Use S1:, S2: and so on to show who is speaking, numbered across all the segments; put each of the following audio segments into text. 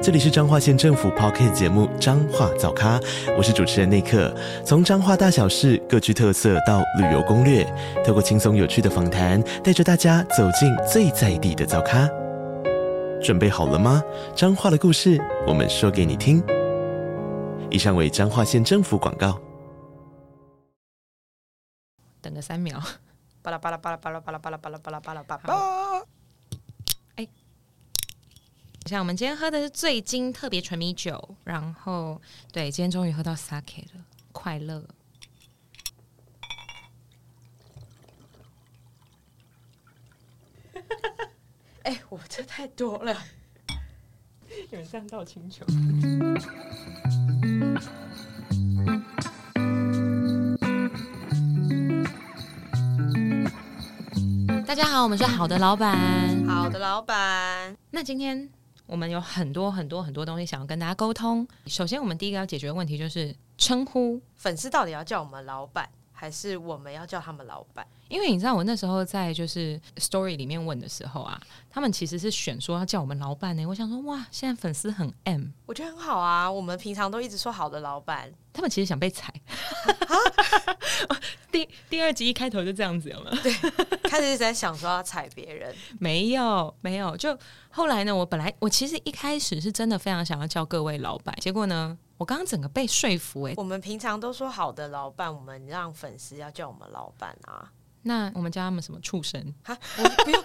S1: 这里是彰化县政府 p o c k t 节目《彰化早咖》，我是主持人内克。从彰化大小事各具特色到旅游攻略，透过轻松有趣的访谈，带着大家走进最在地的早咖。准备好了吗？彰化的故事，我们说给你听。以上为彰化县政府广告。
S2: 等个三秒。
S3: 巴拉巴拉巴拉巴拉巴拉巴拉巴拉巴拉巴拉巴拉。
S2: 哎像我们今天喝的是醉金特别纯米酒，然后对，今天终于喝到 sake 了，快乐。
S3: 哎、我这太多了，你们这样道清楚。
S2: 大家好，我们是好的老板。
S3: 好的，老板，
S2: 那今天我们有很多很多很多东西想要跟大家沟通。首先，我们第一个要解决的问题就是称呼，
S3: 粉丝到底要叫我们老板，还是我们要叫他们老板？
S2: 因为你知道我那时候在就是 story 里面问的时候啊，他们其实是选说要叫我们老板呢、我想说，哇，现在粉丝很 M，
S3: 我觉得很好啊，我们平常都一直说好的老板，
S2: 他们其实想被踩。啊 第第二集一开头就这样子，有吗？
S3: 开始一直在想说要踩别人，
S2: 没有，没有。就后来呢，我本来我其实一开始是真的非常想要叫各位老板，结果呢，我刚刚整个被说服、欸。
S3: 我们平常都说好的老板，我们让粉丝要叫我们老板啊。
S2: 那我们叫他们什么畜生？
S3: 啊，我不用，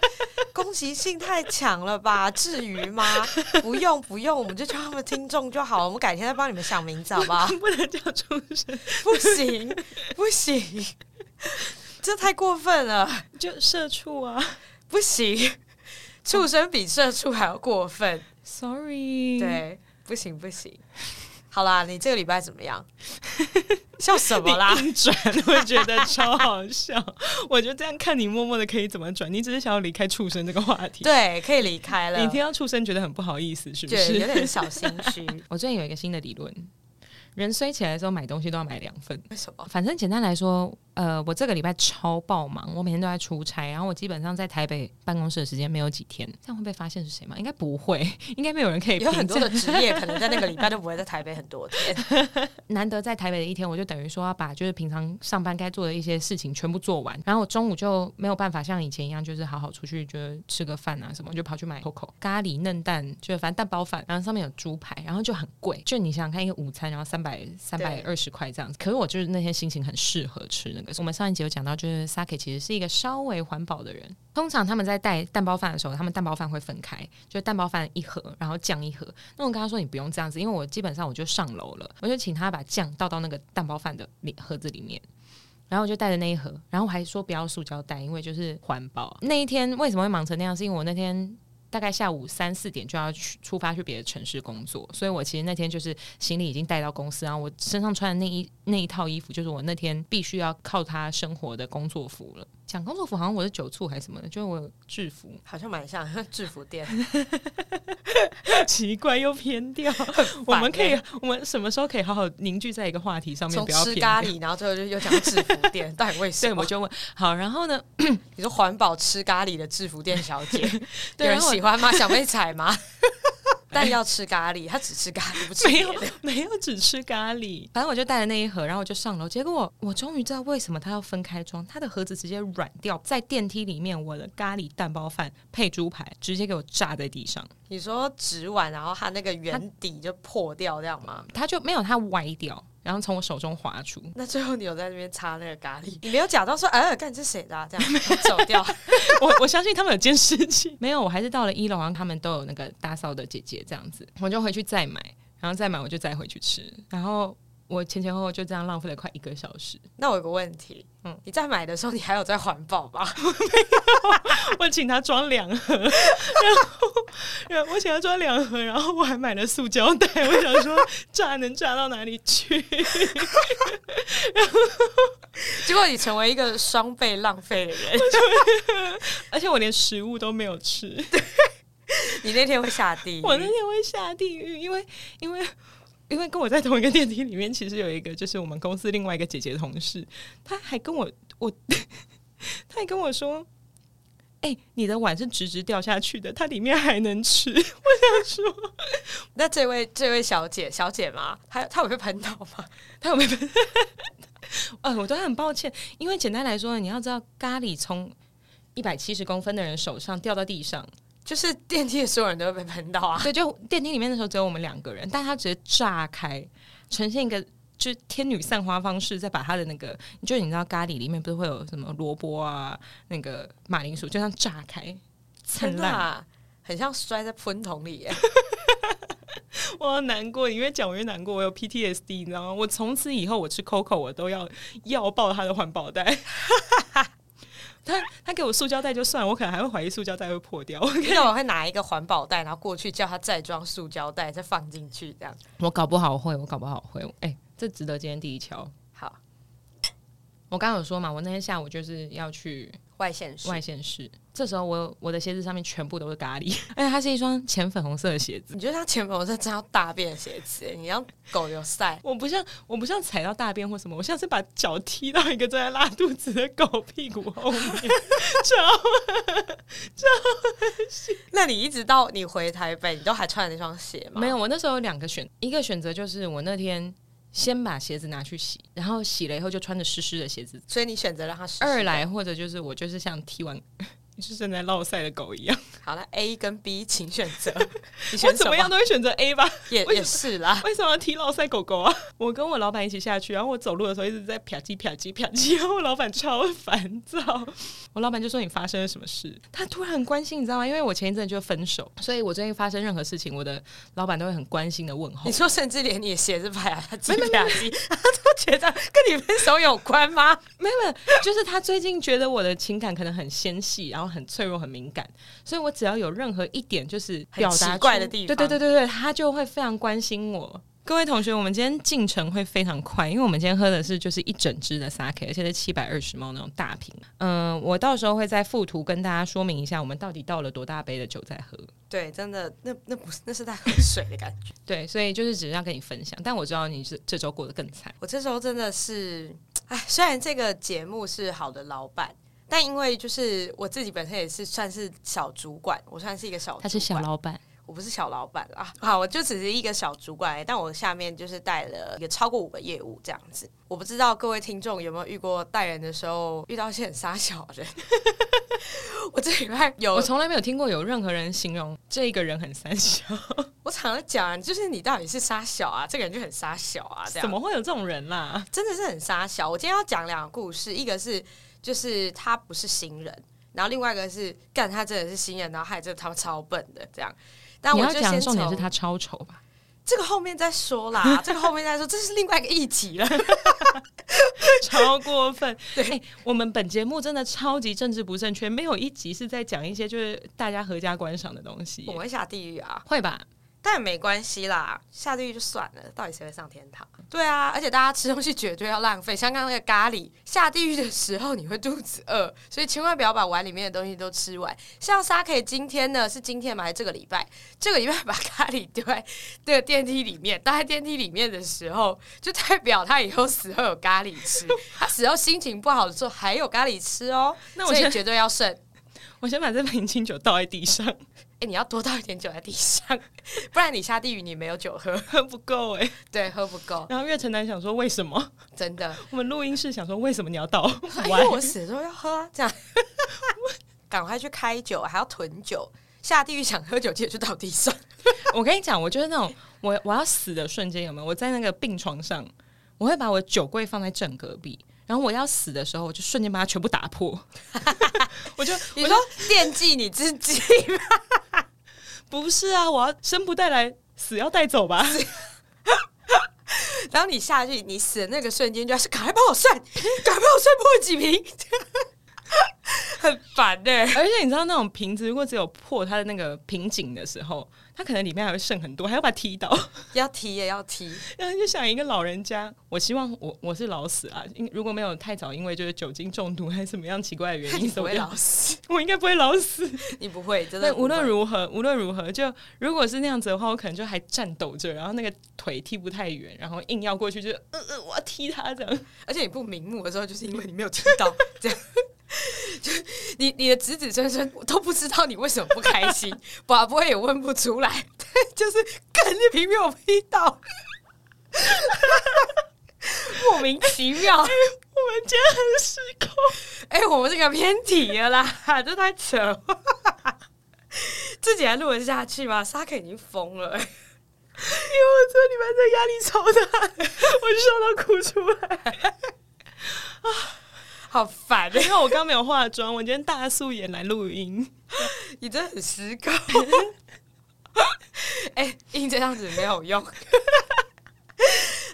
S3: 攻击性太强了吧？至于吗？ 不用不用，我们就叫他们听众就好。我们改天再帮你们想名字好不好？
S2: 不能叫畜生，
S3: 不行不行，这太过分了，
S2: 就社畜啊
S3: 不行， 畜生比社畜还要过分。
S2: ！Sorry，，
S3: 对，不行不行。好啦，你这个礼拜怎 么样？笑什么啦？
S2: 硬 转，我觉得超好笑。我就这样看你，默默的可以怎么转？你只是想要离开畜生这个话题。
S3: 对，可以离开了。
S2: 你听到畜生觉得很不好意思，是不
S3: 对，有
S2: 是？
S3: 点小心 虚。
S2: 我最近有一个新的理论，人衰起来的时候买东西都要买两份。
S3: 为什么？
S2: 反正简单来说，呃，我这个礼拜超爆忙，我每天都在出差，然后我基本上在台北办公室的时间没有几天。这样会被发现是谁吗？应该不会， 应该没有人可以
S3: 有很
S2: 评
S3: 多
S2: 价。
S3: 的职业可能在那个礼拜都不会在台北很多 天。
S2: 难得在台北的一天，我就等于说要把就是平常上班该做的一些事情全部做完，然后我中午就没有办法像以前一样，就是好好出去就是吃个饭啊什么，就跑去买 COCO 咖喱嫩蛋，就是反正蛋包饭，然后上面有猪排，然后就很贵。就你想想看，一个午餐然后三百三百二十块这样子，可是我就是那天心情很适合吃那个。我们上一集有讲到，就是 Sake 其实是一个稍微环保的人，通常他们在带蛋包饭的时候，他们蛋包饭会分开，就蛋包饭一盒，然后酱一盒。那我跟他说你不用这样子，因为我基本上我就上楼了，我就请他把酱倒到那个蛋包饭的里盒子里面。然后我就带着那一盒，然后我还说不要塑胶袋，因为就是环保。那一天为什么会忙成那样？是因为我那天大概下午三四点就要去出发去别的城市工作，所以我其实那天就是行李已经带到公司，然后我身上穿的那一那一套衣服就是我那天必须要靠它生活的工作服了。讲工作服好像我是酒醋还是什么的，就是我有制服，
S3: 好像蛮像 制服店，
S2: 奇怪又偏掉。 我们可以，我们什么时候可以好好凝聚在一个话题上面，
S3: 从
S2: 不要
S3: 吃
S2: 偏
S3: 咖
S2: 掉。
S3: 喱，然后最后就又讲制服 店，到底为
S2: 对，
S3: 什
S2: 我
S3: 么？
S2: 就问好，然后呢？
S3: 你说环保吃咖喱的制服店小姐，
S2: 对
S3: 有人
S2: 然后我
S3: 喜欢吗？想被踩吗？ 但要吃咖喱，他只吃咖喱不吃
S2: 没
S3: 别
S2: 有
S3: 的。
S2: 没有只吃咖喱，反正我就带了那一盒，然后我就上楼，结果我终于知道为什么它要分开装，它的盒子直接软掉，在电梯里面，我的咖喱蛋包饭配猪排直接给我炸在地上，
S3: 你说纸碗，然后它那个圆底就破掉，这样吗？
S2: 它就没有它歪掉，然后从我手中滑出，
S3: 那最后你有在那边擦那个咖喱，你没有假装说，哎、干这谁的、啊？这 样走掉，
S2: 我我相信他们有监视器， 没有，我还是到了一楼，然后他们都有那个打扫的姐姐这样子，我就回去再买，然后再买我就再回去吃，然后。我前前后后就这样浪费了快一个小时。
S3: 那我有个问题，嗯
S2: 嗯，
S3: 你在买的时候你还有在环保吧？
S2: 我请他装两盒， 然后然后我请他装两盒，然后我还买了塑胶袋，我想说 炸能炸到哪里去？
S3: 结果你成为一个双倍浪费 的人，
S2: 而且我连食物都没有吃，
S3: 你那天会下地狱。
S2: 我那天会下地狱，因为因为。因为跟我在同一个电梯里面，其实有一个就是我们公司另外一个姐姐同事，她还跟我我， 她还跟我说：“哎、你的碗是直直掉下去的，它里面还能吃。” 我想说，
S3: 那这位这位小姐小姐吗？她她有被喷到吗？
S2: 他有没有？呃，我都很抱歉，因为简单来说，你要知道，咖喱从一百七十公分的人手上掉到地上，
S3: 就是电梯的所有人都会被喷到啊！
S2: 对，就电梯里面的时候只有我们两个人，但他直接炸开，呈现一个就是天女散花方式，再把他的那个，就你知道咖喱里面不是会有什么萝卜啊，那个马铃薯，就像炸开。灿
S3: 真的、
S2: 烂，
S3: 啊，很像摔在喷桶里耶。
S2: 我好难过，你越讲我越难过，我有 PTSD，你知道吗？我从此以后我吃 Coco 我都要要爆他的环保袋。 他他给我塑胶袋就算，我可能还会怀疑塑胶袋会破掉。
S3: 那我会拿一个环保袋，然后过去叫他再装塑胶袋，再放进去这样。
S2: 我搞不好会，我搞不好会。哎、这值得今天第一敲。
S3: 好，
S2: 我刚刚有说嘛，我那天下午就是要去
S3: 外线是
S2: 外县市，这时候我我的鞋子上面全部都是咖 喱，而且它是一双浅粉红色的鞋子。，
S3: 你觉得他前朋友在真要大便的鞋子耶，欸你让狗有 晒
S2: 我不像我不像踩到大便或什么，我像是把脚踢到一个正在拉肚子的狗屁股后面，超
S3: 那你一直到你回台北，你都还穿着那双鞋 吗？
S2: 没，有。我那时候有两个选，一个选择就是我那天先把鞋子拿去洗，然后洗了以后就穿着湿湿的鞋子。
S3: 所以你选择让他试试
S2: 二来或者就是我就是像踢完 就是正在落赛的狗一样，
S3: 好了，A 跟 B 请选择， 你
S2: 我
S3: 选什
S2: 怎么样都会选择 A 吧。
S3: 也
S2: 为什么
S3: 也是 啦。
S2: 为什么要踢落塞狗狗啊？ 我跟我老板一起下去，然后我走路的时候一直在啪叽啪叽啪叽， 然后我老板超烦躁。 我老板就说你发生了什么事？他突然很关心，你知道吗？因为我前一阵就分手，所以我最近发生任何事情，我的老板都会很关心的问候
S3: 你。说，甚至连你的鞋子拍啊，他鸡啪鸡， 他都觉得跟你分手有关吗？
S2: 没有，没有，就是他最近觉得我的情感可能很纤细，然后很脆弱、很敏感，所以我只要有任何一点就是表达
S3: 很
S2: 出
S3: 奇怪的地方
S2: 对对对对对，他就会非常关心我。各位同学，我们今天进程会非常快，因为我们今天喝的是就是一整支的 sake，而且是七百二十 ml 那种大瓶。嗯、我到时候会在附图跟大家说明一下，我们到底倒了多大杯的酒在喝。
S3: 对，真的，那那不是，那是在喝水的感觉。
S2: 对，所以就是只是要跟你分享，但我知道你这这周过得更惨。
S3: 我这时候真的是，哎，虽然这个节目是好的老板，但因为就是我自己本身也是算是小主管，我算是一个小主管，
S2: 他是小老板，
S3: 我不是小老板啦，好，我就只是一个小主管而已，但我下面就是带了也超过五个业务这样子。我不知道各位听众有没有遇过带人的时候遇到一些很傻小的人。 我这礼拜有
S2: 我，从来没有听过有任何人形容这个人很三小。
S3: 我常常讲，就是你到底是傻小啊，这个人就很傻小啊，这样
S2: 怎么会有这种人啊啦、
S3: 真的是很傻小。我今天要讲两个故事，一个是就是他不是新人，然后另外一个是干他真的是新人，然后害这他超笨的这样。但
S2: 你
S3: 我
S2: 要
S3: 就
S2: 讲
S3: 先
S2: 的重点是
S3: 从
S2: 他超丑吧？
S3: 这个后面再说啦，这个后面再说，这是另外一个议题 了。
S2: 超过 分！
S3: 对
S2: 哎我们本节目真的超级政治不正确，没有一集是在讲一些就是大家合家观赏的东西
S3: 我，会下地狱啊，
S2: 会吧？
S3: 但没关系啦，下地狱就算了，到底谁会上天堂？对啊，而且大家吃东西绝对要浪费，像刚刚那个咖喱，下地狱的时候你会肚子饿， 所以千万不要把碗里面的东西都吃完。像沙 K 今天呢，是今天吗？还是这个礼拜？这个礼拜把咖喱丢在 那个电梯里面，待在电梯里面的时候，就代表他以后死后有咖喱 吃，他死后心情不好的时候还有咖喱吃哦，
S2: 那我
S3: 所以
S2: 先
S3: 绝对要剩。
S2: 我先把这瓶清酒倒在地 上，
S3: 哎、你要多倒一点酒在地上， 不然你下地狱你没有酒喝，
S2: 喝不够哎、
S3: 对，喝不够，
S2: 然后岳承南想说为什么？
S3: 真的。
S2: 我们录音室想说为什么你 要倒？
S3: 哎因为我死的时候要喝啊，这 样赶快去开酒，还要囤酒。下地狱想喝酒，记得去倒地上。
S2: 我跟你讲，我就是那种我我要死的瞬间有没有？我在那个病床上，我会把我酒柜放在正隔壁，然后我要死的时候，我就瞬间把它全部打破。我就
S3: 你
S2: 我
S3: 说
S2: 就
S3: 惦记你自己，
S2: 不是啊，我要生不带来，死要带走吧。
S3: 然后你下去，你死的那个瞬间，就要是赶快帮我算， 赶快帮我算破几瓶， 很烦欸呢、
S2: 而且你知道那种瓶子，如果只有破它的那个瓶颈的时候，它可能里面还会剩很多，还要把它踢倒。
S3: 要踢也要踢，
S2: 然后就想一个老人家，我希望我我是老死啊，因如果没有太早因为就是酒精中毒还是什么样奇怪的原因
S3: 你不
S2: 走
S3: 会
S2: 掉
S3: 老，死，
S2: 我应该不会老 死。
S3: 你不会真的
S2: 但
S3: 不会。
S2: 无论如何，无论如何，就如果是那样子的话，我可能就还颤抖着，然后那个腿踢不太远，然后硬要过去就，呃呃，我要踢他这样。
S3: 而且你不明目的时候，就是因为你没有听 到，这样，就你你的子子孙孙都不知道你为什么不开 心，爸不会也问不出来， 就是干这瓶没有批到， 莫名其妙。
S2: 我们今天很失控。
S3: 哎、我们这个偏题了啦，这太扯了，自己还录得下去吗？沙克已经疯了、哎
S2: 因为我这礼拜真的压力超大，我就笑到哭出来。
S3: 好烦哎、
S2: 因为我刚没有化妆，我今天大素颜来录音。
S3: 你真的很失 控。哎、硬这样子没有用，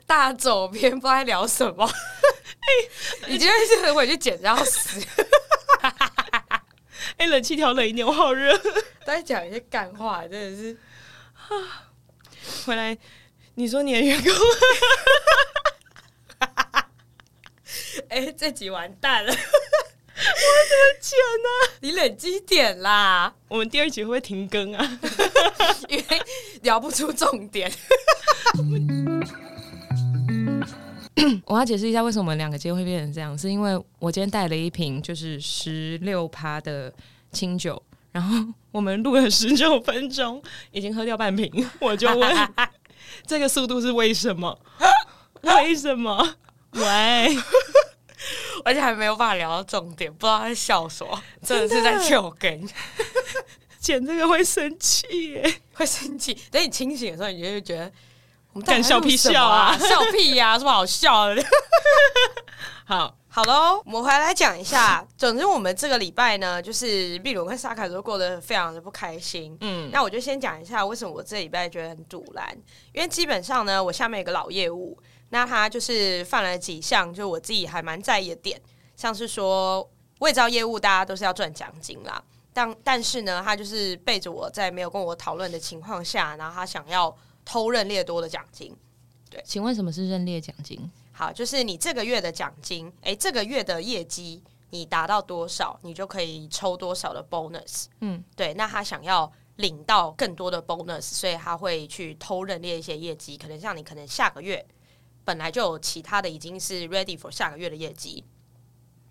S3: 大走偏，不知道在聊什么。你今天是回去剪到死，
S2: 哎、冷气调冷一点，我好热。
S3: 都在讲一些干话，真的是。
S2: 回来，你说你的员工，
S3: 哎、这集完蛋了，
S2: 天哪、
S3: 你冷静点啦，
S2: 我们第二集会不会停更啊？
S3: 因为聊不出重点。
S2: 我要解释一下为什么我们两个今天会变成这样，是因为我今天带了一瓶就是十六趴的清酒，然后我们录了十九分钟，已经喝掉半瓶， 我就问这个速度是为什么？ 为什么？ 喂，
S3: 而且还没有办法聊到重点，不知道在笑什么，真的是
S2: 真的
S3: 在跳梗，
S2: 剪这个会生气耶！
S3: 会生气。等你清醒的时候，你就会觉得我们
S2: 干
S3: 在
S2: 笑屁
S3: 笑啊，
S2: 笑
S3: 笑屁呀、有什么好笑啊的？
S2: 好，
S3: 好喽，我们回来讲一下。总之，我们这个礼拜呢，就是碧伦跟沙卡都过得非常的不开心。
S2: 嗯，
S3: 那我就先讲一下为什么我这礼拜觉得很堵然，因为基本上呢，我下面有个老业务，那他就是犯了几项，就我自己还蛮在意的点，像是说，我也知道业务大家都是要赚奖金啦，但但是呢，他就是背着我在没有跟我讨论的情况下，然后他想要偷认列多的奖金。
S2: 请问什么是认列奖金？
S3: 好，就是你这个月的奖金，诶，这个月的业绩你达到多少，你就可以抽多少的 bonus。
S2: 嗯，
S3: 对，那他想要领到更多的 bonus，所以他会去偷认列一些业绩，可能像你可能下个月本来就有其他的已经是 ready for 下个月的业绩，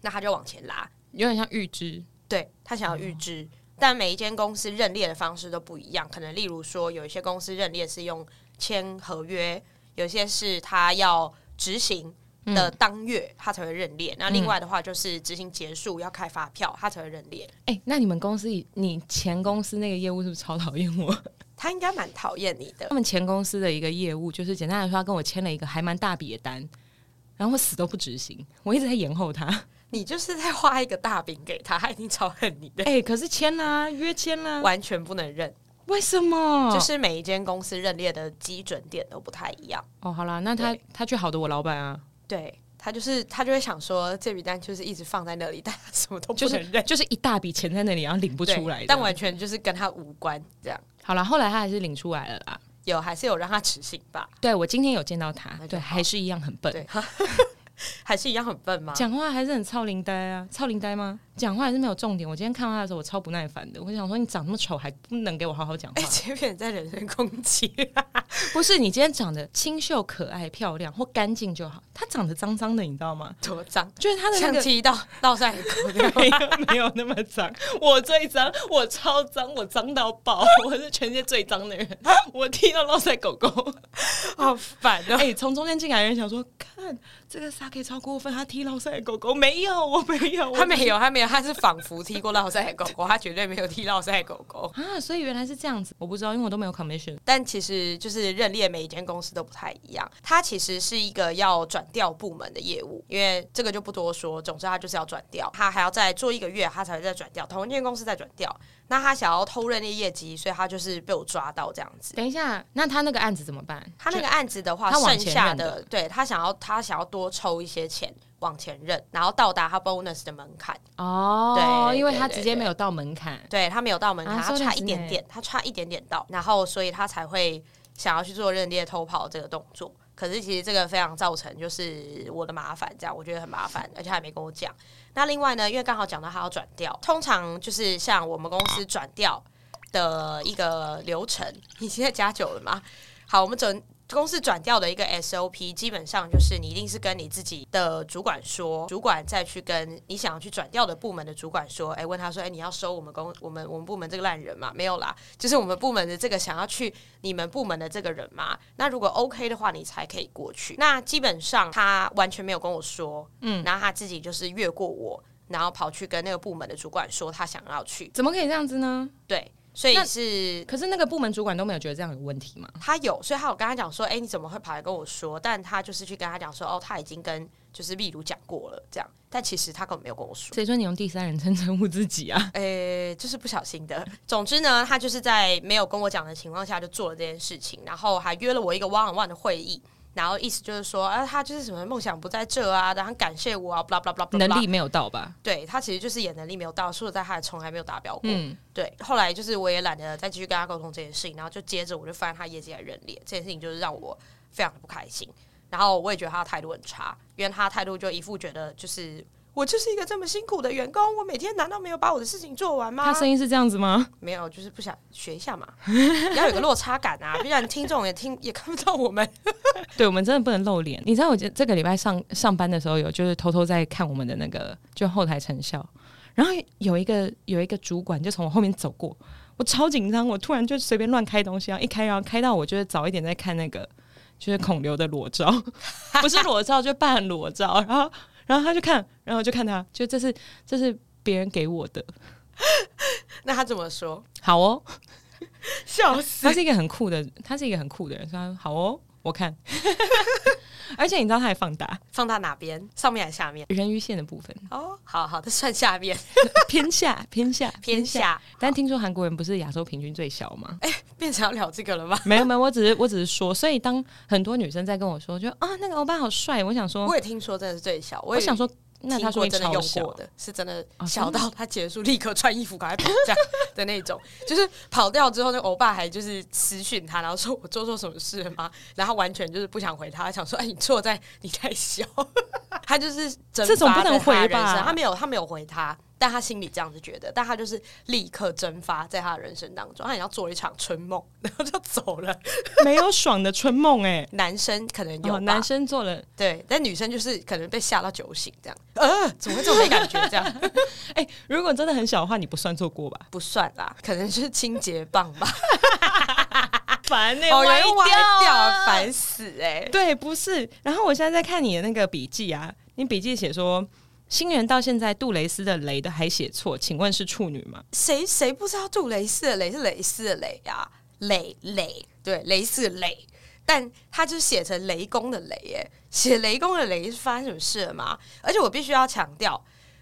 S3: 那他就往前拉。
S2: 有点像预知，
S3: 对他想要预支，但每一间公司认列的方式都不一样。可能例如说，有一些公司认列是用签合约，有些是他要执行的当月他才会认列。那另外的话就是执行结束要开发票，他才会认列。
S2: 哎、那你们公司以，你前公司那个业务是不是超讨厌我？
S3: 他应该蛮讨厌你的
S2: 他，们前公司的一个业务，就是简单来说，他跟我签了一个还蛮大笔的单，然后我死都不执行，我一直在延后他。
S3: 你就是在画一个大饼给他，他一定超恨你 的，
S2: 哎、可是签啦、约签啦、
S3: 完全不能认。
S2: 为什么？
S3: 就是每一间公司认列的基准点都不太一样。
S2: 哦，好啦，那他他去好的我老板啊，
S3: 对他就是他就会想说，这笔单就是一直放在那里，但他什么都不
S2: 就
S3: 能
S2: 是
S3: 认。
S2: 就是一大笔钱在那里，然后领不
S3: 对
S2: 出来。
S3: 但完全就是跟他无关。这样
S2: 好啦，后来他还是领出来了啦。
S3: 有还是有让他执行吧？
S2: 对我今天有见到他
S3: 那，就
S2: 对，
S3: 好
S2: 还是一样很笨。
S3: 对， 还是一样很笨吗？
S2: 讲话还是很超龄呆啊，超龄呆吗？讲话还是没有重点。我今天看到他的时候，我超不耐烦的。我想说，你长那么丑，还不能给我好好讲话
S3: 哎，？前面在人身攻击，
S2: 不是，你今天长得清秀、可爱、漂亮或干净就好。他长得脏脏的，你知道吗？
S3: 多脏，
S2: 就是他的那
S3: 像
S2: 个
S3: 踢到落在你口那
S2: 没有没有那么脏，我最脏，我超脏，我脏到爆， 我是全世界最脏的人。我踢到落塞狗狗，
S3: 好烦哦！
S2: 哎、从中间进来的人想说，看这个沙大可以超过分，他踢老塞的狗狗没有，我没有，
S3: 他没有，他没有，他是仿佛踢过落塞的狗狗，他绝对没有踢落塞的狗狗。
S2: 啊，所以原来是这样子，我不知道，因为我都没有 commission。
S3: 但其实就是认列每一间公司都不太一样，它其实是一个要转调部门的业务，因为这个就不多说。总之，它就是要转调，它还要再做一个月，它才会再转调，同一间公司再转调。那他想要偷认列业绩，所以他就是被我抓到这样子。
S2: 等一下，那他那个案子怎么办？
S3: 他那个案子的话，
S2: 他往
S3: 剩
S2: 前
S3: 下
S2: 认
S3: 的
S2: 的
S3: 对他想要他想要多抽一些钱往前认，然后到达他 bonus 的门槛。
S2: 哦，
S3: 对
S2: 因为他
S3: 对
S2: 直接
S3: 对
S2: 没有到门槛，
S3: 对他没有到门槛，
S2: 啊
S3: 他
S2: 说得
S3: 差
S2: 很
S3: 一点
S2: 欸
S3: 点，他差一点点到，然后所以他才会想要去做认列偷跑这个动作。可是其实这个非常造成就是我的麻烦，这样我觉得很麻烦，而且他还没跟我讲。那另外呢，因为刚好讲到他要转调，通常就是像我们公司转调的一个流程，你现在加久了吗？好，我们整公司转调的一个 SOP，基本上就是你一定是跟你自己的主管说，主管再去跟你想要去转调的部门的主管说，哎、问他说，哎、你要收我们公我们我们部门这个烂人吗？没有啦，就是我们部门的这个想要去你们部门的这个人嘛。那如果 OK 的话，你才可以过去。那基本上他完全没有跟我说，嗯，然后他自己就是越过我，然后跑去跟那个部门的主管说他想要去，
S2: 怎么可以这样子呢？
S3: 对，所以
S2: 那
S3: 是
S2: 可是那个部门主管都没有觉得这样有问题吗？
S3: 他有，所以他有跟他讲说，哎、你怎么会跑来跟我说？但他就是去跟他讲说，哦，他已经跟就是例如讲过了这样，但其实他根本没有跟我说。
S2: 谁说你用第三人称称呼自己啊？
S3: 诶、 就是不小心的。总之呢，他就是在没有跟我讲的情况下就做了这件事情，然后还约了我一个 one on one 的会议，然后意思就是说，啊，他就是什么梦想不在这啊，然后感谢我啊，blah blah blah blah，
S2: 能
S3: blah
S2: 力没有到吧？
S3: 对他其实就是也能力没有到，说实在他也从来没有达标过。
S2: 嗯，
S3: 对，后来就是我也懒得再继续跟他沟通这件事情，然后就接着我就发现他业绩还认列，这件事情就是让我非常的不开心。然后我也觉得他的态度很差，因为他的态度就一副觉得就是我就是一个这么辛苦的员工，我每天难道没有把我的事情做完吗？
S2: 他声音是这样子吗？
S3: 没有，就是不想学一下嘛，要有个落差感啊，不然听众也听也看不到我们。
S2: 对，我们真的不能露脸。你知道，我这这个礼拜上上班的时候，有就是偷偷在看我们的那个就后台成效，然后有一个有一个主管就从我后面走过，我超紧张，我突然就随便乱开东西，啊然后一开，然后开到我就是早一点在看那个就是孔刘的裸照，不是裸照就半裸照，然后然后他就看，然后我就看他，就这是这是别人给我的，
S3: 那他怎么说？
S2: 好哦，
S3: 笑死！
S2: 他是一个很酷的，他是一个很酷的人，说好哦，我看， 而且你知道他还放大。
S3: 放到哪边？上面还是下面？
S2: 人鱼线的部分，
S3: 哦，好好的算下面，
S2: 偏 下，偏下，
S3: 偏。下。
S2: 但听说韩国人不是亚洲平均最小吗？
S3: 变成要聊这个了吗？
S2: 没有没有，我只是我只是说，所以当很多女生在跟我说，就啊那个欧巴好帅，我想说，
S3: 我
S2: 我
S3: 也听说真的是最小，我也
S2: 哦想说，那
S3: 听
S2: 他
S3: 过
S2: 说定
S3: 真的
S2: 超
S3: 用
S2: 小
S3: 过，的，是真的
S2: 哦
S3: 小
S2: 真的
S3: 到他结束立刻穿衣服赶快跑 这样的那种，就是跑掉之后，那个欧巴还就是私讯他，然后说我做错什么事了吗？然后完全就是不想回他，想说哎你错在你太小， 他就是蒸
S2: 这种
S3: 发
S2: 不能
S3: 在他的
S2: 回
S3: 人
S2: 吧
S3: 生他没有他没有回他。但他心里这样子觉得，但他就是立刻蒸发在他的人生当中，他好像做了一场春梦，然后就走了。
S2: 没有爽的春梦哎、
S3: 男生可能有吧、
S2: 有哦男生做了，
S3: 对，但女生就是可能被吓到酒醒这样，呃，怎么会这么没感觉？这样
S2: 哎、如果真的很小的话，你不算做过吧？
S3: 不算啦，可能是清洁棒吧，
S2: 烦呢、
S3: 哦，有人歪掉了，
S2: 啊
S3: 烦死哎、欸！
S2: 对，不是。然后我现在在看你的那个笔记啊，你笔记写说新人到现在杜蕾斯的雷的还写错，请问是处女吗？
S3: 谁谁不知道杜蕾斯的蕾是蕾丝的蕾啊？蕾蕾，对，蕾丝的蕾，但他就写成雷公的雷、欸，写雷公的雷是发生什么事了吗？而且我必须要强调，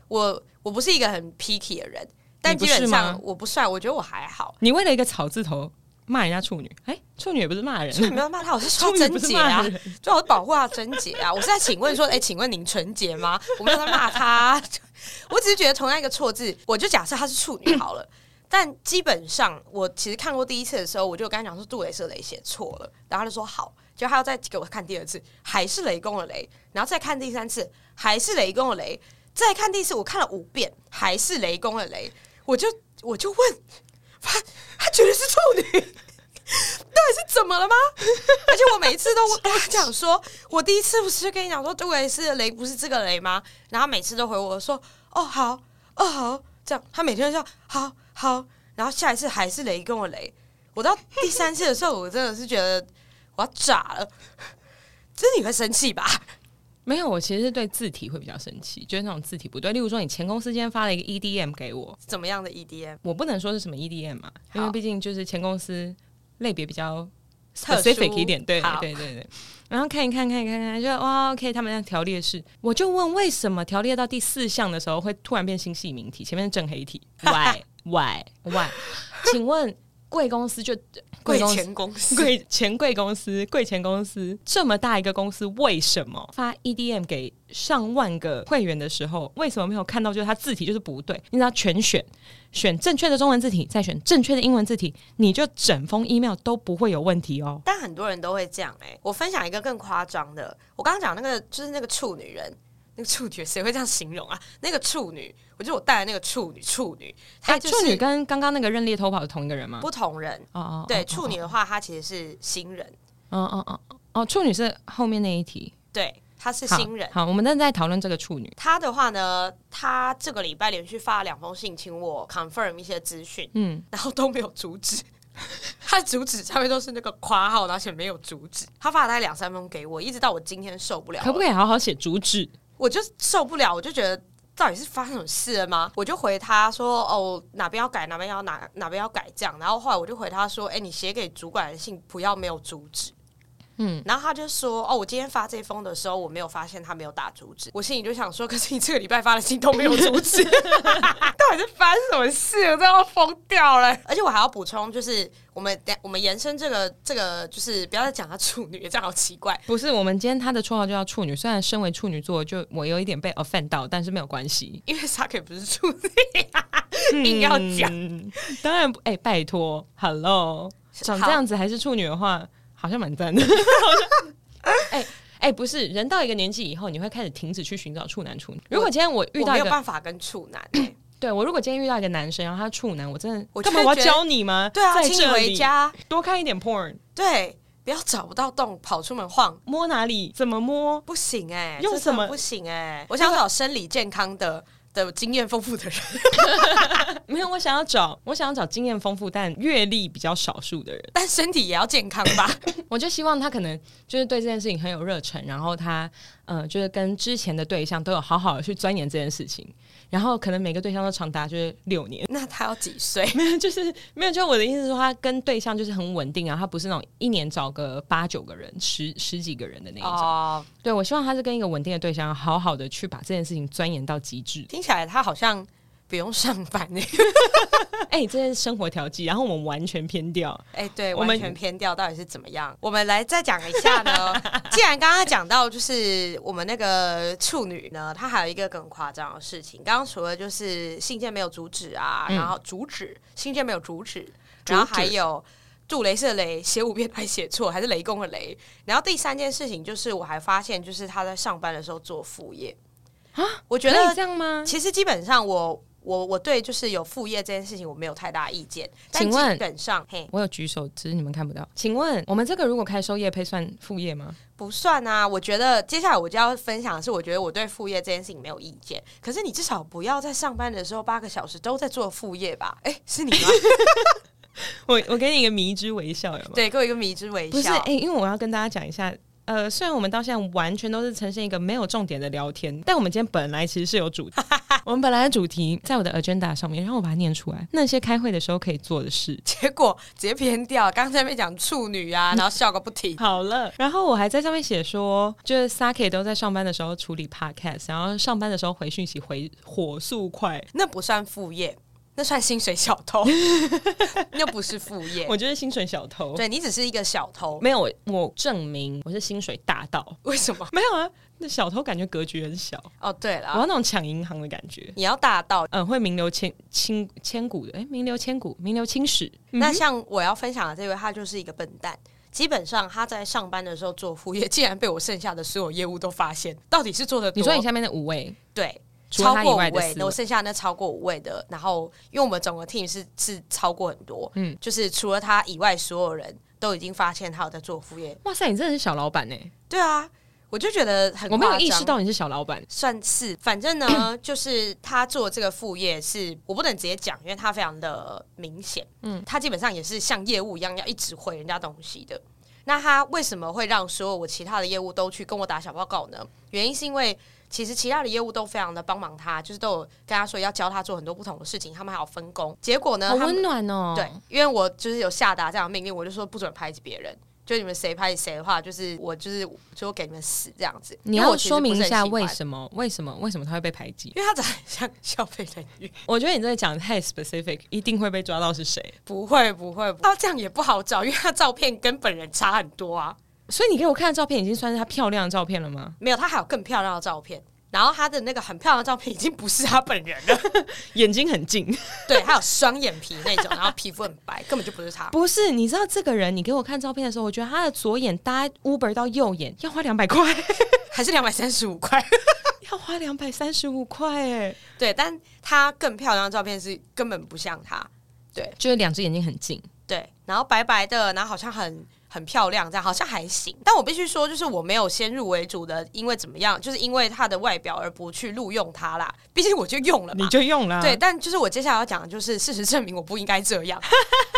S3: 我我不是一个很 picky 的人，但
S2: 你
S3: 基
S2: 不
S3: 本
S2: 是吗
S3: 上我不算，我觉得我还好。
S2: 你为了一个草字头骂人家处女，哎、处女也不是骂人，
S3: 所以没有骂他，我是
S2: 处
S3: 说
S2: 女
S3: 贞
S2: 不是
S3: 洁
S2: 骂
S3: 啊，
S2: 人，
S3: 最好是保护她的贞洁啊！我是在请问说，哎、请问您纯洁吗？我没有在骂她， 我只是觉得同样一个错字，我就假设她是处女 好了。但基本上，我其实看过第一次的时候，我就跟他讲说杜蕾斯的雷写错了，然后他就说好，就他要再给我看第二次，还是雷公的雷，然后再看第三次，还是雷公的雷，再看第四，我看了五遍，还是雷公的雷，我就我就问他，他绝对是处女， 到底是怎么了吗？ 而且我每一次都跟他讲说，我第一次不是跟你讲说杜蕾斯的雷不是这个雷吗？然后每次都回我说，哦好，哦好，这样他每天都说好好，然后下一次还是雷跟我雷。我到第三次的 时候，我真的是觉得我要炸了，这你会生气吧？
S2: 没有，我其实是对字体会比较生气，就是那种字体不对。例如说，你前公司今天发了一个 EDM 给我，
S3: 怎么样的 E EDM
S2: 我不能说是什么 E EDM 嘛，啊因为
S3: 好
S2: 毕竟就是前公司类别比较
S3: 特
S2: specific
S3: 殊
S2: 一点，对
S3: 好
S2: 对对对。然后看一看，看一看，看一看，就哇，OK，他们那条列式，我就问为什么条列到第四项的时候会突然变新系名体，前面是正黑 体，why why why？请问贵公司就
S3: 贵
S2: 公司
S3: 前公 司
S2: 贵钱贵公司、贵钱公司这么大一个公司，为什么发 EDM 给上万个会员的时候，为什么没有看到就是它字体就是不对？你知道全选选正确的中文字体，再选正确的英文字体，你就整封 email 都不会有问题哦。
S3: 但很多人都会这样哎、我分享一个更夸张的，我刚刚讲那个就是那个处女人，那个处女谁会这样形容啊？那个处女，我觉得我带的那个处女，处女，她
S2: 哎、
S3: 就
S2: 处女
S3: 是
S2: 跟刚刚那个认列偷跑是同一个人吗？
S3: 不同人。
S2: 哦哦，
S3: 对，
S2: 哦
S3: 处女，的话，她其实是新人，
S2: 哦哦哦哦哦，处女是后面那一题，
S3: 对，她是
S2: 好
S3: 新人。
S2: 好，我们正在讨论这个处女。
S3: 她的话呢，她这个礼拜连续发了两封信，请我 confirm 一些资讯，
S2: 嗯，
S3: 然后都没有阻止。 他的主旨上面都是那个括号，而且没有阻止。他发了大概两三封给我，一直到我今天受不了了，
S2: 可不可以好好写主旨？
S3: 我就受不了，我就觉得到底是发生什么事了吗？我就回他说：“哦，哪边要改，哪边要哪哪边要改这样。”然后后来我就回他说：“哎、你写给主管的信不要没有主旨。”嗯
S2: 嗯，
S3: 然后他就说：“哦，我今天发这封的时候，我没有发现他没有打主旨。”我心里就想说：“可是你这个礼拜发的信都没有主旨， 到底是发生什么事？我真的要疯掉了！”而且我还要补充，就是我们等我们延伸这个这个，就是不要再讲他处女，这样好奇怪。
S2: 不是，我们今天她的绰号就叫处女。虽然身为处女座，就我有一点被 offend 到，但是没有关系，
S3: 因为 s a k 不是处女，啊硬要讲
S2: 嗯 当然不，哎、拜托，Hello，长这样子还是处女的话，好像蛮赞的。好像 哎哎、不是，人到一个年纪以后，你会开始停止去寻找处男处女。如果今天我遇
S3: 我
S2: 到
S3: 没
S2: 一
S3: 有
S2: 个，
S3: 办法跟处男、欸
S2: 对我如果今天遇到一个男生，然后他处男，我真
S3: 我
S2: 的
S3: 就
S2: 干
S3: 会
S2: 嘛我要
S3: 觉得
S2: 教你吗？
S3: 对啊，
S2: 在
S3: 请你
S2: 这
S3: 回
S2: 里
S3: 家，
S2: 多看一点 porn，
S3: 对，不要找不到洞跑出门晃，
S2: 摸哪里，怎么摸，
S3: 不行哎、
S2: 用
S3: 这真的
S2: 什么
S3: 不行哎、我想找生理健康的。的经验丰富的人，
S2: 没有，我想要找我想要找经验丰富但阅历比较少数的人。
S3: 但身体也要健康 吧？。
S2: 我就希望他可能就是对这件事情很有热忱，然后他呃，就是跟之前的对象都有好好的去钻研这件事情，然后可能每个对象都长达就是六年
S3: 那他要几岁？
S2: 没有，就是没有，就我的意思是说，他跟对象就是很稳定，然后啊他不是那种一年找个八九个人、十十几个人的那一种。
S3: 哦，
S2: 对，我希望他是跟一个稳定的对象，好好的去把这件事情钻研到极致。
S3: 听起来他好像不用上班哎、
S2: 哎、这些生活调剂，然后我们完全偏掉。
S3: 哎、对，
S2: 我们
S3: 完全偏掉，到底是怎么样？我们来再讲一下 呢。既然刚刚讲到，就是我们那个处女呢，她还有一个更夸张的事情。刚刚除了就是信件没有主旨啊，
S2: 嗯
S3: 然后主旨信件没有主旨，然后还有。杜蕾斯的雷写五遍还写错，还是雷公的雷。然后第三件事情就是，我还发现就是她在上班的时候做副业啊，我觉
S2: 可
S3: 得
S2: 以这样吗？
S3: 其实基本上我我我对就是有副业这件事情我没有太大意见，但
S2: 请问
S3: 基本上嘿
S2: 我有举手，只是你们看不到。请问我们这个如果开收业配算副业吗？
S3: 不算啊。我觉得接下来我就要分享的是，我觉得我对副业这件事情没有意见，可是你至少不要在上班的时候八个小时都在做副业吧？哎、是你吗？
S2: 我我给你一个迷之微笑，有吗？
S3: 对，给我一个迷之微
S2: 不是，
S3: 笑。
S2: 哎、因为我要跟大家讲一下，呃，虽然我们到现在完全都是呈现一个没有重点的聊天，但我们今天本来其实是有主题，我们本来的主题在我的 agenda 上面，然后我把它念出来，那些开会的时候可以做的事。
S3: 结果直接偏掉，刚才被讲处女啊，然后笑个 不停。
S2: 好了，然后我还在上面写说，就是 Saki 都在上班的时候处理 podcast，然后上班的时候回讯息回火速快，
S3: 那不算副业，那算薪水小偷， 那不是副业。
S2: 我就是薪水小偷。
S3: 对你只是一个小 偷，
S2: 没有，我我证明我是薪水大盗。
S3: 为什么？
S2: 没有啊，那小偷感觉格局很小，
S3: 哦，对了
S2: 我
S3: 啊，
S2: 要那种抢银行的感觉。
S3: 你要大到
S2: 嗯，会名流千千千古的，哎、名流千古，名流青史。
S3: 那像我要分享的这位，他就是一个笨蛋。基本上他在上班的时候做副业，竟然被我剩下的所有业务都发现，到底是做的多？
S2: 你说你下面的五位，
S3: 对，
S2: 除了
S3: 超
S2: 他
S3: 过
S2: 以
S3: 五
S2: 外的
S3: 位
S2: 四，
S3: 那我剩下那超过五位的，然后因为我们整个 team 是是超过很多，嗯
S2: 嗯，
S3: 就是除了他以外，所有人都已经发现他有在做副业。
S2: 哇塞，你真的是小老板呢、欸
S3: 对啊，我就觉得很
S2: 我没有
S3: 夸张
S2: 意识到你是小老板。
S3: 算是，反正 呢，就是他做这个副业是我不能直接讲，因为他非常的明显。嗯，他基本上也是像业务一样要一直回人家东西的。那他为什么会让所有我其他的业务都去跟我打小报告呢？原因是因为其实其他的业务都非常的帮忙他，就是都有跟他说要教他做很多不同的事情，他们还有分工。结果呢，
S2: 好
S3: 他们
S2: 温暖哦。
S3: 对，，因为我就是有下达这样的命令，我就说不准排挤别人。就你们谁排挤谁的话，就是我就是就给你们死这样子。
S2: 你
S3: 因为
S2: 要
S3: 我其实
S2: 说明一下
S3: 不是很喜
S2: 为
S3: 欢，
S2: 什么？为什么？为什么他会被排挤？
S3: 因为他长得像消费人员。
S2: 我觉得你这个讲得太 specific，一定会被抓到是谁。
S3: 不会不会，不他这样也不好找，因为他照片跟本人差很多啊。
S2: 所以你给我看的照片已经算是她漂亮的照片了吗？
S3: 没有，他还有更漂亮的照片。然后他的那个很漂亮的照片已经不是他本人了，
S2: 眼睛很近，
S3: 对，还有双眼皮那种，然后皮肤很白，根本就不是 他。
S2: 不是？你知道这个人，你给我看照片的时候，我觉得他的左眼搭 Uber 到右眼要花两百块，
S3: 还是两百三十五块。
S2: 要花两百三十五块，哎，
S3: 对，但他更漂亮的照片是根本不像他。
S2: 就是两只眼睛很近，
S3: 对，然后白白的，然后好像很很漂亮，这样好像还行。但我必须说，就是我没有先入为主的，因为怎么样，就是因为他的外表而不去录用他啦。毕竟我就用了嘛，
S2: 就用啦
S3: 对，，但就是我接下来要讲的就是，事实证明我不应该这样。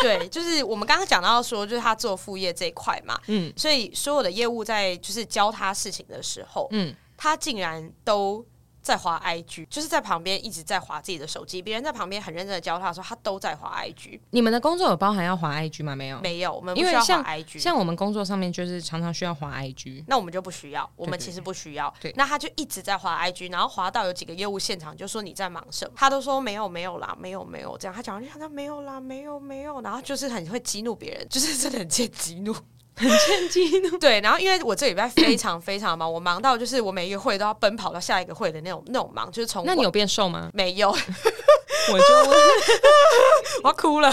S3: 对，就是我们刚刚讲到说，就是他做副业这一块嘛，
S2: 嗯
S3: 所以所有的业务在就是教他事情的时候，
S2: 嗯，
S3: 他竟然都在滑 IG，就是在旁边一直在滑自己的手机，别人在旁边很认真的教他的时候，他都在滑 IG。
S2: 你们的工作有包含要滑 IG 吗？没有，
S3: 没有，我们不
S2: 因为
S3: 需要滑
S2: 像
S3: IG，
S2: 像我们工作上面就是常常需要滑 IG，
S3: 那我们就不需要，我
S2: 对
S3: 们
S2: 对
S3: 其实不需要。
S2: 对
S3: 那他就一直在滑 IG，然后滑到有几个业务现场就说你在忙什么，他都说没有没有啦，没有没有这样，他讲完就想到没有啦，没有没有，然后就是很会激怒别人，就是真的很贱激怒。 对，然后因为我这礼拜非常非常忙，我忙到就是我每一个会都要奔跑到下一个会的那种那种忙，就是从
S2: 那你
S3: 晚？
S2: 有变瘦吗
S3: 没有，
S2: 我就问，
S3: 我要哭了，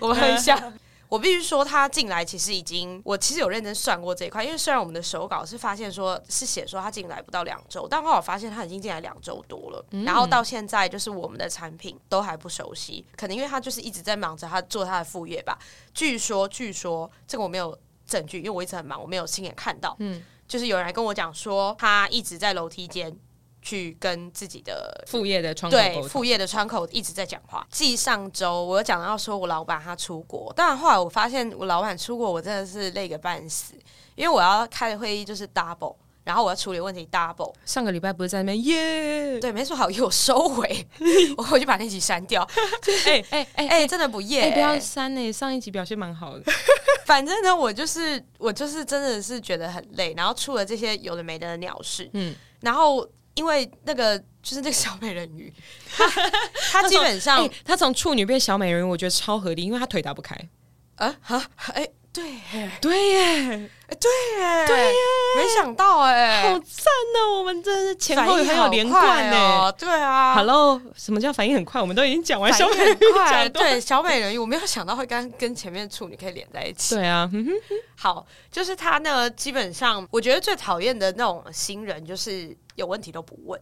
S3: 我们喝一下。 我必须说，他进来其实已经，我其实有认真算过这一块，因为虽然我们的手稿是发现说是写说他进来不到两周，但后来我发现他已经进来两周多了，然后到现在就是我们的产品都还不熟悉，可能因为他就是一直在忙着他做他的副业吧。据说，据说这个我没有证据，因为我一直很忙，我没有亲眼看到。嗯，就是有人来跟我讲说，他一直在楼梯间去跟自己的
S2: 副业的 窗口
S3: 对
S2: 沟通
S3: 副业的窗口一直在讲话。继上周我有讲到说我老板他出国，但后来我发现我老板出国，我真的是累个半死，因为我要开的会议就是 double。然后我要处理问题 double，
S2: 上个礼拜不是在那边耶？
S3: 对，没说好，因为我 收回，我回去把那集删掉。
S2: 哎哎哎
S3: 哎、真的不耶、
S2: 哎，不要删呢，上一集表现蛮好 的。
S3: 反正呢，我就是我就是真的是觉得很累，然后出了这些有的没的鸟事，
S2: 嗯
S3: 嗯，然后因为那个就是那个小美人鱼，他他基本上
S2: 哎，她从处女变小美人鱼，我觉得超合理，因为她腿打不开。
S3: 啊啊哎、对耶
S2: 对耶，
S3: 对耶，没想到哎、
S2: 好赞哦！我们真的是前后
S3: 反应
S2: 很
S3: 好
S2: 有连贯
S3: 快
S2: 呢。
S3: 哦，对啊，
S2: Hello，什么叫反应很快？我们都已经讲完
S3: 反
S2: 小
S3: 应
S2: 美人
S3: 很
S2: 鱼
S3: 快，
S2: 讲多
S3: 对小美人鱼，我没有想到会跟跟前面处女可以连在一起。
S2: 对啊，嗯哼
S3: 好，就是他呢，基本上我觉得最讨厌的那种新人，就是有问题都不问，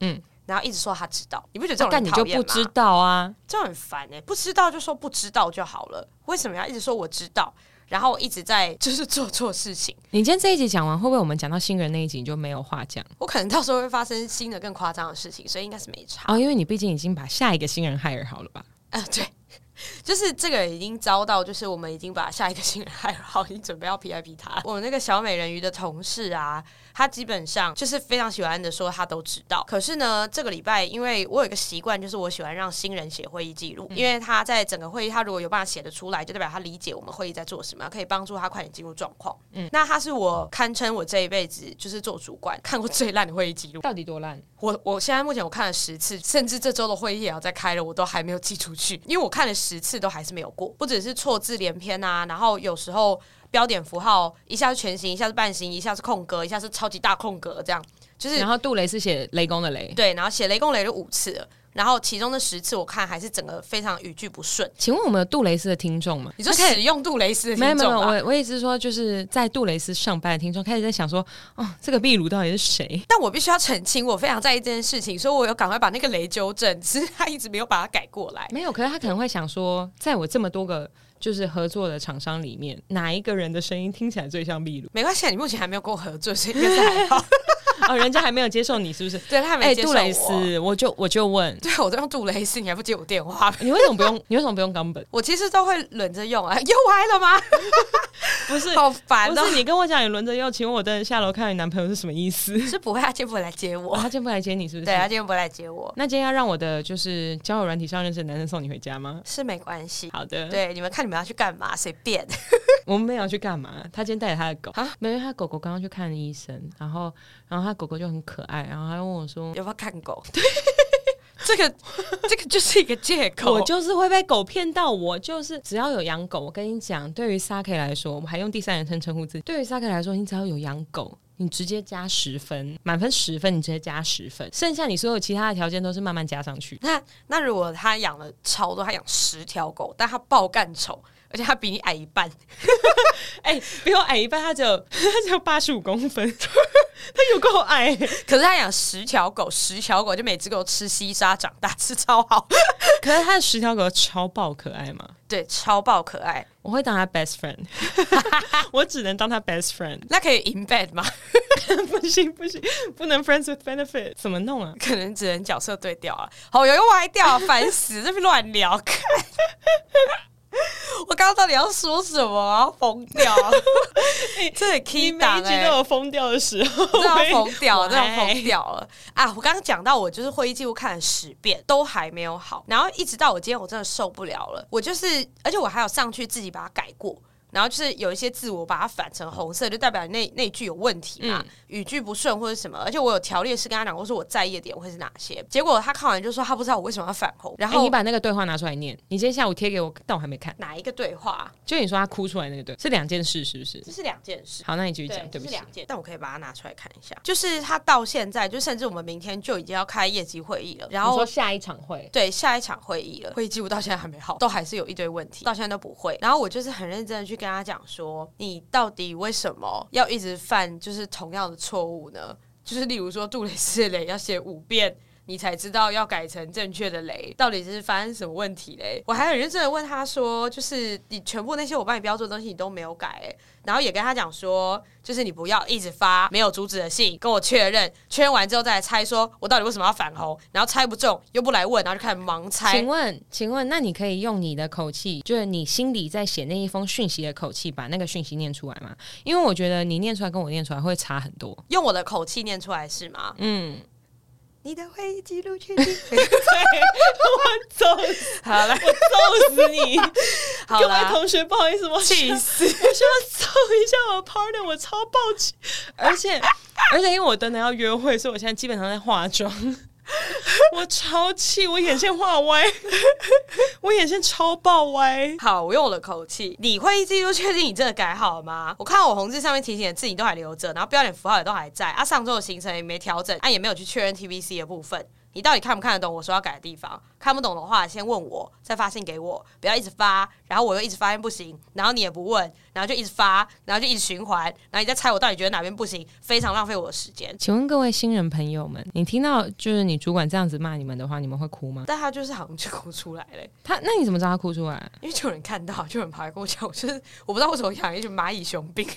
S2: 嗯哦
S3: 嗯，然后一直说他知道，你不觉得这种
S2: 但
S3: 人
S2: 你
S3: 讨
S2: 就
S3: 厌
S2: 不
S3: 吗？
S2: 知道啊。
S3: 这样很烦哎、不知道就说不知道就好了，为什么要一直说我知道，然后一直在就是做错事情？
S2: 你今天这一集讲完，会不会我们讲到新人那一集你就没有话讲？
S3: 我可能到时候会发生新的更夸张的事情，所以应该是没差。
S2: 哦，因为你毕竟已经把下一个新人 hire 好了吧？
S3: 啊，对，就是这个已经遭到，就是我们已经把下一个新人 害好，已经准备要 PIP 他了。我们那个小美人鱼的同事啊，他基本上就是非常喜欢的说他都知道。可是呢，这个礼拜因为我有一个习惯，就是我喜欢让新人写会议记录，因为他在整个会议他如果有办法写得出来，就代表他理解我们会议在做什么，可以帮助他快点进入状况。嗯，那他是我堪称我这一辈子就是做主管看过最烂的会议记录。
S2: 到底多烂？
S3: 我我现在目前我看了十次，甚至这周的会议也要再开了，我都还没有寄出去，因为我看了十次都还是没有过，不只是错字连篇啊，然后有时候标点符号一下是全形，一下是半形，一下是空格，一下是超级大空格，这样就是
S2: 然后杜蕾是写雷公的雷。
S3: 对，然后写雷公雷了五次了，然后其中的十次我看还是整个非常语句不顺。
S2: 请问我们有杜蕾斯的听众吗？
S3: 你说使用杜蕾斯的
S2: 没有没
S3: 听
S2: 有，没有
S3: 众吧？
S2: 我我意思是说，就是在杜蕾斯上班的听众开始在想说，哦，这个秘鲁到底是谁？
S3: 但我必须要澄清，我非常在意这件事情，所以我有赶快把那个雷纠正，只是他一直没有把它改过来。
S2: 没有，可是他可能会想说，在我这么多个就是合作的厂商里面，哪一个人的声音听起来最像秘鲁？
S3: 没关系啊，你目前还没有跟我合作，所以应该是还好。
S2: 哦，人家还没有接受你是不是？
S3: 对他还
S2: 哎、
S3: 没接受
S2: 杜
S3: 我。
S2: 蕾，斯，我就我就问，
S3: 对我都用杜蕾斯，你还不接我电话？
S2: 你为什么不用？你为什么不用冈本？
S3: 我其实都会轮着用啊，又歪了 吗？
S2: 不是，
S3: 好烦
S2: 不
S3: 哦、
S2: 是你跟我讲你轮着用，请问我等下楼看到你男朋友是什么意思？
S3: 是不会，他今天不会来接
S2: 哦、
S3: 我。
S2: 他今天不来接你是不是？
S3: 对，他今天不会来接我，
S2: 那今天要让我的就是交友软体上认识的男生送你回家吗？
S3: 是没关系。
S2: 好的，，
S3: 对，你们看你们要去干嘛，随便。
S2: 我们没有要去干嘛。他今天带着他的狗
S3: 啊，
S2: 没有，因为他狗狗刚刚去看医生，然后然后他狗狗就很可爱，然后他问我说。
S3: 有没有看狗？这个这个就是一个借口。
S2: 我就是会被狗骗到我，就是只要有养狗，我跟你讲，对于 Saki 来说，我们还用第三人称称呼自己。对于 Saki 来说，你只要有养狗，你直接加十分，满分十分，你直接加十分，剩下你所有其他的条件都是慢慢加上去。
S3: 那那如果他养了超多，他养十条狗，但他爆干丑，而且他比你矮一半，
S2: 哎、比我矮一半，他只有 他只有八十五公分， 他有够矮、
S3: 可是他养十条狗，十条狗就每只狗吃西沙长大，吃超好，
S2: 可 是他的十条狗超爆可爱嘛，
S3: 对，超爆可爱。
S2: 我会当他 best friend，我只能当他 best friend，
S3: 那可以 in bed 吗？
S2: 不行不行，不能 friends with benefit，怎么弄啊？
S3: 可能只能角色对调啊。好，有又歪 掉，啊烦死！这边乱聊，看。我刚刚到底要说什么啊？疯掉！这很 key
S2: 你每一
S3: 档
S2: 集
S3: 哎、
S2: 都有疯掉的时 候，
S3: 这要疯掉，
S2: 喂
S3: 这要疯掉了啊！我刚刚讲到，我就是会议记录看了十遍，都还没有好，然后一直到我今天我真的受不了了，我就是，而且我还有上去自己把它改过。然后就是有一些字，我把它反成红色，就代表那那句有问题嘛，
S2: 嗯
S3: 语句不顺或者什么。而且我有条列式跟他讲过，说我在意的点会是哪些。结果他看完就说他不知道我为什么要反红，然
S2: 哎、
S3: 后、
S2: 你把那个对话拿出来念，你今天下午贴给我，但我还没看。
S3: 哪一个对话啊，
S2: 就你说他哭出来那个对，是两件事是不是
S3: 这？是两件事。
S2: 好，那你继续讲，对
S3: 这是
S2: 不起。
S3: 两件，但我可以把它拿出来看一下。就是他到现在，就甚至我们明天就已经要开业绩会议了，然
S2: 你
S3: 后
S2: 说下一场会，
S3: 对，下一场会议了，会议记录到现在还没好，都还是有一堆问题，到现在都不会。然后我就是很认真的去跟他讲说，你到底为什么要一直犯就是同样的错误呢？就是例如说杜蕾斯的雷要写五遍。你才知道要改成正确的雷，到底是发生什么问题嘞？我还很认真的问他说，就是你全部那些我帮你标注的东西你都没有改、欸，然后也跟他讲说，就是你不要一直发没有主旨的信，跟我确认，确认完之后再来猜，说我到底为什么要反红，然后猜不中又不来问，然后就开始盲猜
S2: 请。问，请问，那你可以用你的口气，就是你心里在写那一封讯息的口气，把那个讯息念出来吗？因为我觉得你念出来跟我念出来会差很多。
S3: 用我的口气念出来是吗？
S2: 嗯，
S3: 你的会议记录确定？
S2: 揍
S3: 好了，
S2: 揍死你！
S3: 好
S2: 各位
S3: 了，
S2: 同学，不好意思，我
S3: 气
S2: 死！我需要揍一下我的 partner，我超暴气，而且而且因为我等等要约会，所以我现在基本上在化妆。我超气，我眼线画歪，我眼线超爆歪。
S3: 好，我用我的口气，你会议记录确定你真的改好了吗？我看我红字上面提醒的字你都还留着，然后标点符号也都还在，啊，上周的行程也没调整，啊，也没有去确认 TVC 的部分。你到底看不看得懂我说要改的地方？看不懂的话，先问我，再发信给我，不要一直发，然后我又一直发现不行，然后你也不问，然后就一直发，然后就一直循环，然后你再猜我到底觉得哪边不行，非常浪费我的时间。
S2: 请问各位新人朋友们，你听到就是你主管这样子骂你们的话，你们会哭吗？
S3: 但他就是好像就哭出来了、
S2: 他那你怎么知道他哭出来？啊
S3: 因为就有人看到，就有人跑来跟我讲，我就是我不知道为什么养一群蚂蚁雄兵，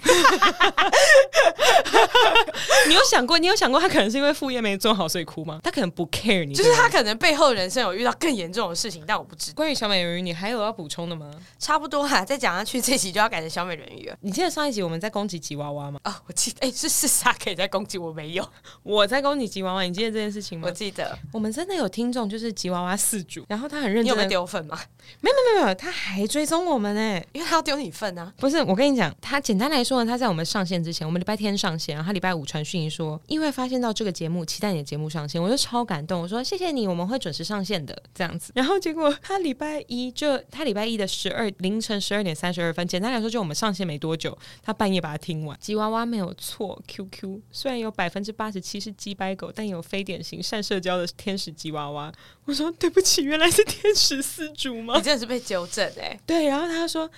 S2: 你有想过，你有想过他可能是因为副业没做好所以哭吗？他可能不 care 你，
S3: 就是他可能背后人生有遇到更严重的事情，但我不知道。
S2: 关于小美人鱼，你还有要补充的吗？
S3: 差不多啊啦，再讲下去这集就要改成小美人鱼了
S2: 你记得上一集我们在攻击吉娃娃吗？
S3: 啊、我记 得，哎、是是啥可以在攻击我没有？
S2: 我在攻击吉娃娃，你记得这件事情吗
S3: 我？记得，
S2: 我们真的有听众就是吉娃娃饲主，然后他很认
S3: 你有
S2: 真
S3: 没有
S2: 地，
S3: 丢粉吗？
S2: 没有没有没有，他还追踪我们呢、欸
S3: 因为他要丢你份啊。
S2: 不是，我跟你讲，他简单来说呢，他在我们上线之前，我们礼拜天上线，然后他礼拜五传讯息说，意外发现到这个节目，期待你的节目上线，我就超感动，我说谢谢你，我们会准时上线的，这样子。然后结果他礼拜一就他礼拜一的十二凌晨十二点三十二分，简单来说就我们上线没多久，他半夜把它听完。吉娃娃没有错，QQ 虽然有百分之八十七是鸡掰狗，但也有非典型善社交的天使吉娃娃。我说对不起，原来是天使饲主吗
S3: 啊你？真的是被纠正哎、
S2: 对，然后他说。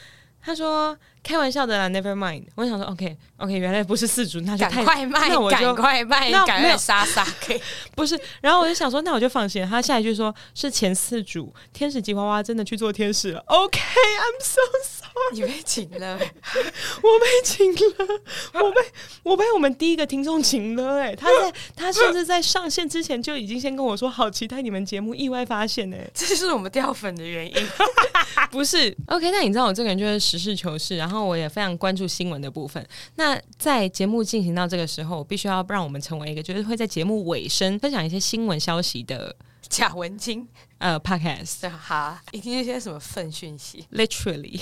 S2: 他说开玩笑的啦，Never mind。我想说 OK OK，原来不是四组，那就
S3: 赶
S2: 太
S3: 快卖
S2: 那，我
S3: 赶
S2: 就
S3: 快卖，
S2: 那
S3: 赶
S2: 没
S3: 快
S2: 有
S3: 杀杀给。
S2: 不是。然后我就想说，那我就放心了。他下一句说是前四组，天使吉娃娃真的去做天使了。OK，I'm、so sorry，
S3: 你被请了，
S2: 我被请了，我被我被我们第一个听众请了、欸。哎，他在他甚至在上线之前就已经先跟我说，好期待你们节目，意外发现哎、
S3: 这就是我们掉粉的原因。
S2: 不是 OK，那你知道我这个人就是实事求是，然后我也非常关注新闻的部分。那在节目进行到这个时候，我必须要让我们成为一个就是会在节目尾声分享一些新闻消息的
S3: 贾文清，
S2: 呃 podcast。
S3: 对啊哈，一定是些什么粪讯息？
S2: Literally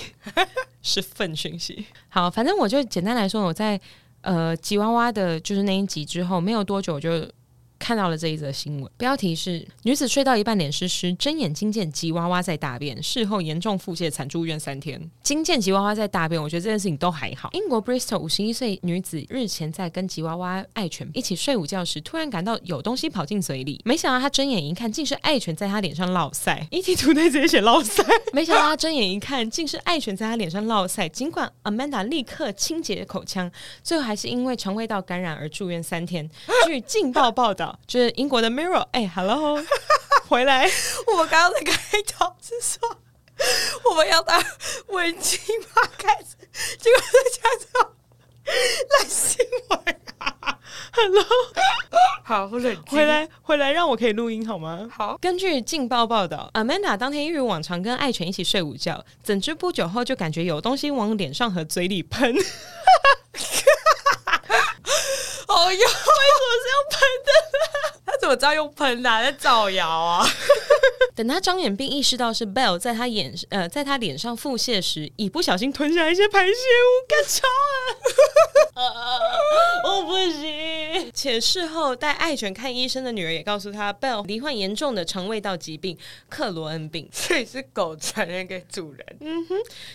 S2: 是粪讯息。好，反正我就简单来说，我在呃吉娃娃的就是那一集之后，没有多久我就看到了这一则新闻，标题是“女子睡到一半脸湿湿，睁眼惊见吉娃娃在大便，事后严重腹泻，惨住院三天”。惊见吉娃娃在大便，我觉得这件事情都还好。英国 Bristol 五十一岁女子日前在跟吉娃娃爱犬一起睡午觉时，突然感到有东西跑进嘴里，没想到她睁眼一看，竟是爱犬在她脸上落腮。ET 图 E 内直接写落腮。 没想到他睁眼一看，竟是爱犬在他脸上落腮。尽管 Amanda 立刻清洁口腔，最后还是因为肠胃道感染而住院三天。据《劲爆》报道，就是英国的 Mirror，哎、h e l l o 回来，
S3: 我们刚刚的开头是说我们要当文青吧，开始，结果在讲这种烂新闻。
S2: Hello，
S3: 好，我冷静
S2: 回。来，回来，让我可以录音好吗？
S3: 好，
S2: 根据《劲爆》报道，Amanda 当天一如往常跟爱犬一起睡午觉，怎知不久后就感觉有东西往脸上和嘴里喷。
S3: 哦
S2: 为
S3: 哟，
S2: 什么是用喷的？
S3: 他怎么知道用喷的啊、在造谣啊！
S2: 等他张眼并意识到是 Bell 在他眼呃在他脸上腹泻时，一不小心吞下一些排泄物，干超 了，我哦不行。且事后带爱犬看医生的女儿也告诉他，Bell 罹患严重的肠胃道疾病克罗恩病。
S3: 所以是狗传染给主人，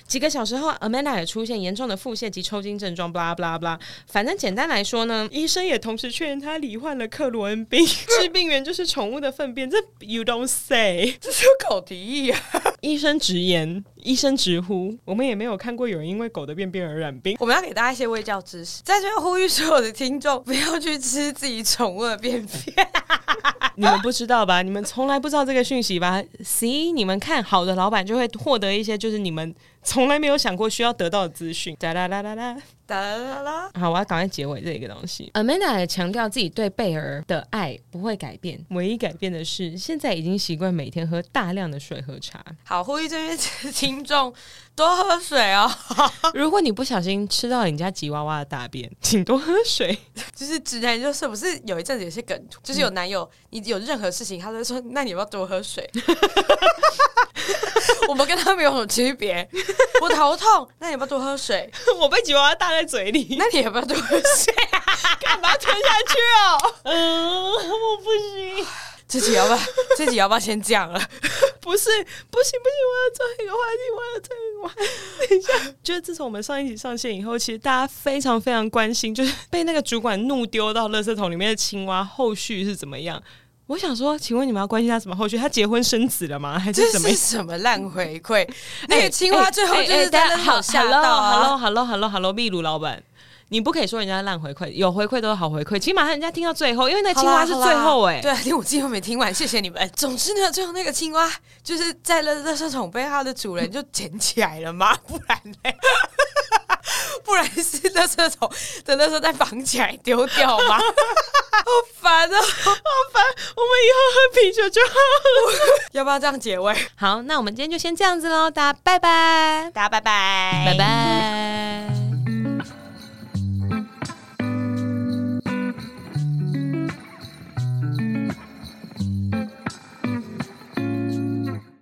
S2: 几个小时后，Amanda 也出现严重的腹泻及抽筋症状，blah blah blah。反正简单来说呢，医生也同时确认她罹患了克罗恩病， 致病源就是宠物的粪便。这 you don't say。
S3: 这是狗提议啊！
S2: 医生直言，医生直呼，我们也没有看过有人因为狗的便便而染病。
S3: 我们要给大家一些卫教知识，在这边呼吁所有的听众不要去吃自己宠物的便便。
S2: 你们不知道吧？你们从来不知道这个讯息吧？C，你们看好的老板就会获得一些就是你们从来没有想过需要得到的资讯。哒啦啦啦啦。
S3: 哒啦啦啦，
S2: 好，我要赶快结尾这个东西。Amanda 也强调自己对贝尔的爱不会改变，唯一改变的是现在已经习惯每天喝大量的水和茶。
S3: 好，呼吁这边听众多喝水哦，
S2: 如果你不小心吃到人家吉娃娃的大便，请多喝水。
S3: 就是直男就是不是有一阵子有些梗图，就是有男友、你有任何事情，他都会说，那你要不要多喝 水？我们跟他没有什么区别，我头痛，那你要不要多喝 水？
S2: 我被吉娃娃搭在嘴里。
S3: 那你要不要多喝 水？
S2: 干嘛吞下去哦？嗯，我不行，
S3: 自己 要不要？自己要不要先讲了？
S2: 不是，不行，不行，我要做一个话题，我要做一个话题。等一下，就是自从我们上一集上线以后，其实大家非常非常关心，就是被那个主管怒丢到垃圾桶里面的青蛙后续是怎么样。我想说，请问你们要关心他什么后续？他结婚生子了吗？还
S3: 这
S2: 是怎么
S3: 是
S2: 样？
S3: 什么烂回馈？哎那个青蛙最后就是真的好吓到啊！
S2: ！Hello，Hello，Hello，Hello，秘鲁老板，你不可以说人家烂回馈，有回馈都是好回馈，起码人家听到最后，因为那青蛙是最后哎、
S3: 对啊，因为我自己又没听完，谢谢你们。总之呢，最后那个青蛙就是在垃垃圾桶被它的主人就捡起来了嘛， 不然呢？不然是垃圾桶的垃圾袋绑起来丢掉吗？ 好烦哦！
S2: 好烦，我们以后喝啤酒就好了。
S3: 要不要这样结尾？
S2: 好，那我们今天就先这样子喽，大家拜拜，
S3: 大家拜拜，
S2: 拜拜。